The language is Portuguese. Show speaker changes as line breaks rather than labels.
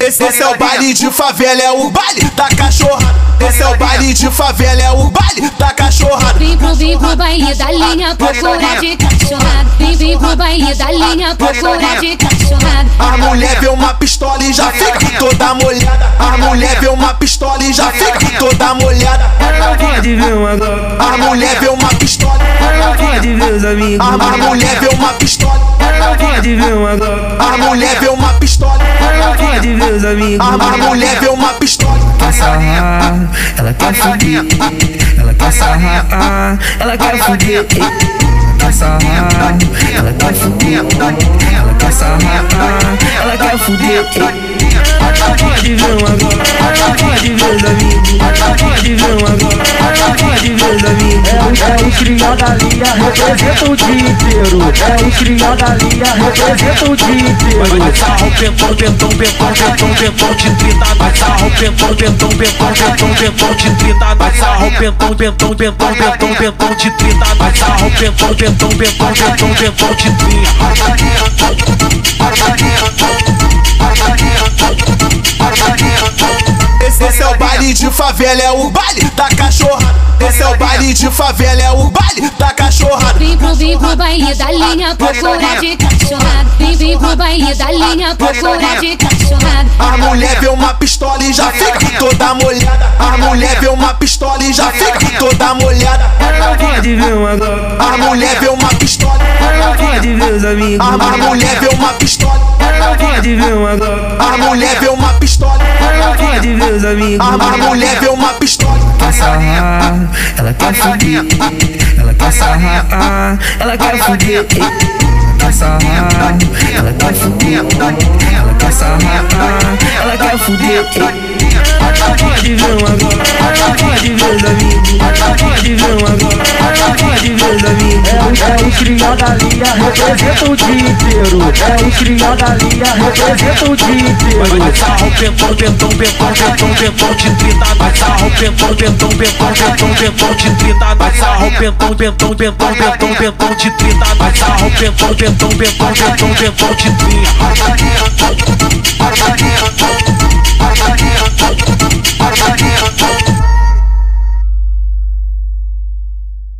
Esse, esse é o baile de favela, é o baile da cachorrada. Esse é o baile de favela, é o baile da cachorrada.
Vem pro, vem pro baile da linha, procura de cachorrada. Vem, vem pro baile da linha, procura de cachorrada.
A mulher vê uma pistola e já fica toda molhada. A mulher vê uma pistola e já fica toda molhada.
Ela pode ver uma Glock.
A mulher vê uma pistola.
Ela pode ver os amigos.
A a mulher vê uma pistola.
Ela pode ver uma Glock.
A mulher vê uma pistola.
Ela pode ver os amigos.
A a mulher vê uma pistola.
Quer sarrar, ela quer fuder. Ela quer sarrar, ela quer fuder. Quer sarrar, ela quer fuder. Ela quer sarrar, ela quer fuder. Ela pode ver uma Glock. Ela pode ver os amigos. Ela pode ver uma Glock. Ela pode ver os amigos.
É o cria da linha, representa o dia inteiro. É o cria da linha, representa o dia inteiro.
Vai sarrar o pentão, pentão, pentão, pentão, pentão de trita. Vai sarrar o pentão, pentão, pentão, pentão, pentão de trita. Vai sarrar o pentão, pentão, pentão, pentão, pentão de trita. Vai sarrar o pentão, pentão, pentão, pentão, pentão de trita.
Esse, esse é o baile de favela, é o baile da cachorrada. Esse é o baile de favela, é o baile da cachorrada.
Vem pro, vem pro baile da linha, procura de cachorrada. Vem, vem pro baile da linha, procura de cachorrada.
A mulher vê uma pistola e já fica toda molhada. A mulher vê uma pistola e já fica toda molhada.
Ela pode ver uma Glock.
A mulher vê uma pistola.
Ela pode ver os amigos.
A a mulher vê uma pistola.
Ela pode ver uma Glock.
A mulher vê uma pistola.
Ela pode ver os amigos.
A a mulher vê uma pistola.
Quer sarrar, ela quer fuder. Ela quer sarrar, ela quer fuder. Quer sarrar, ela quer fuder. Ela quer sarrar, ela quer fuder. Ela pode ver uma Glock. Ela pode ver os amigos. Ela pode ver uma Glock. Ela pode ver os amigos.
É o cria da linha, representa o dia inteiro. É o cria da linha, representa o dia
Vai
inteiro.
sarrar o pentão, pentão, pentão, pentão, pentão de trita. Vai sarrar o pentão, pentão, pentão, pentão, pentão de trita. Vai sarrar o pentão, pentão, pentão, pentão, pentão de trita. Vai sarrar o pentão, pentão, pentão, pentão, pentão de trita.